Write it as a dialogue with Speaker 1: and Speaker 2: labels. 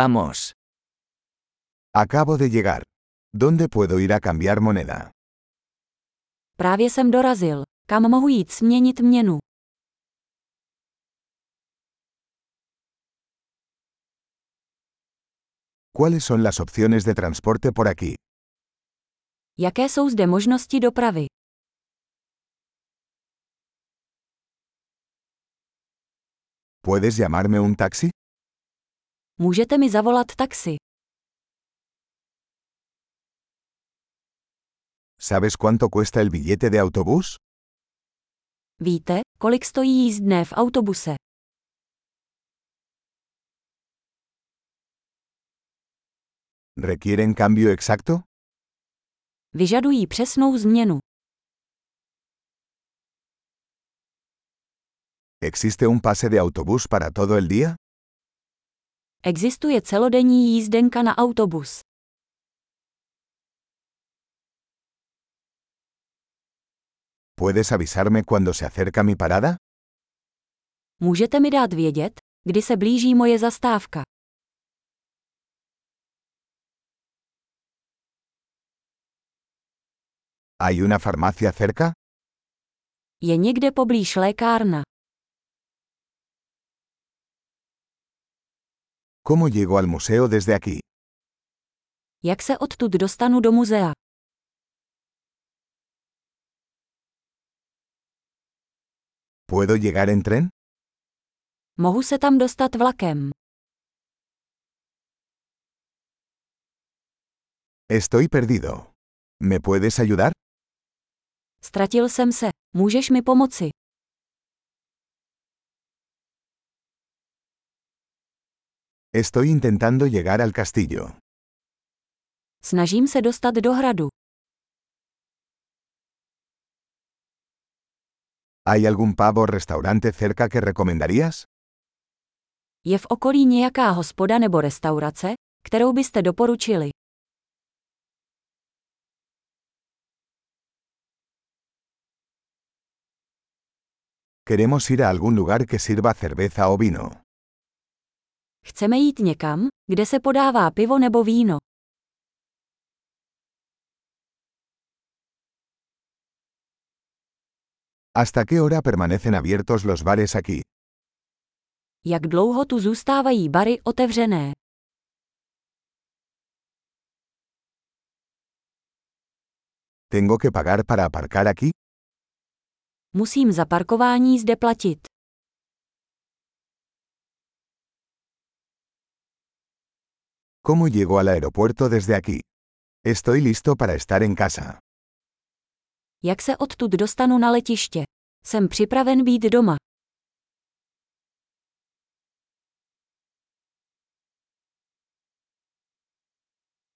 Speaker 1: Vamos.
Speaker 2: Acabo de llegar. ¿Dónde puedo ir a cambiar moneda?
Speaker 3: Právě jsem dorazil. Kam mohu jít směnit měnu?
Speaker 2: ¿Cuáles son las opciones de transporte por aquí?
Speaker 3: Jaké jsou zde možnosti dopravy?
Speaker 2: ¿Puedes llamarme un taxi?
Speaker 3: Můžete mi zavolat taxi.
Speaker 2: ¿Sabes cuánto cuesta el billete de autobús?
Speaker 3: Víte, kolik stojí jízdné v autobuse?
Speaker 2: ¿Requieren cambio exacto?
Speaker 3: Vyžadují přesnou změnu.
Speaker 2: ¿Existe un pase de autobús para todo el día?
Speaker 3: Existuje celodenní jízdenka na autobus.
Speaker 2: ¿Puedes avisarme cuando se acerca mi parada?
Speaker 3: Můžete mi dát vědět, kdy se blíží moje zastávka?
Speaker 2: ¿Hay una farmacia cerca?
Speaker 3: Je někde poblíž lékárna.
Speaker 2: ¿Cómo llego al museo desde aquí?
Speaker 3: Jak se odtud dostanu do muzea?
Speaker 2: ¿Puedo llegar en tren?
Speaker 3: Mohu se tam dostat vlakem.
Speaker 2: Estoy perdido. ¿Me puedes ayudar?
Speaker 3: Ztratil jsem se. Můžeš mi pomoci?
Speaker 2: Estoy intentando llegar al castillo.
Speaker 3: Snažím se dostat do hradu.
Speaker 2: ¿Hay algún pavo o restaurante cerca que recomendarías?
Speaker 3: Je v okolí nějaká hospoda nebo restaurace, kterou byste doporučili?
Speaker 2: Queremos ir a algún lugar que sirva cerveza o vino.
Speaker 3: Chceme jít někam, kde se podává pivo nebo víno.
Speaker 2: ¿Hasta qué hora permanecen abiertos los bares aquí?
Speaker 3: Jak dlouho tu zůstávají bary otevřené?
Speaker 2: ¿Tengo que pagar para aparcar aquí?
Speaker 3: Musím za parkování zde platit.
Speaker 2: ¿Cómo llego al aeropuerto desde aquí? Estoy listo para estar en casa.
Speaker 3: Jak se odtud dostanu na letiště? Jsem připraven být doma.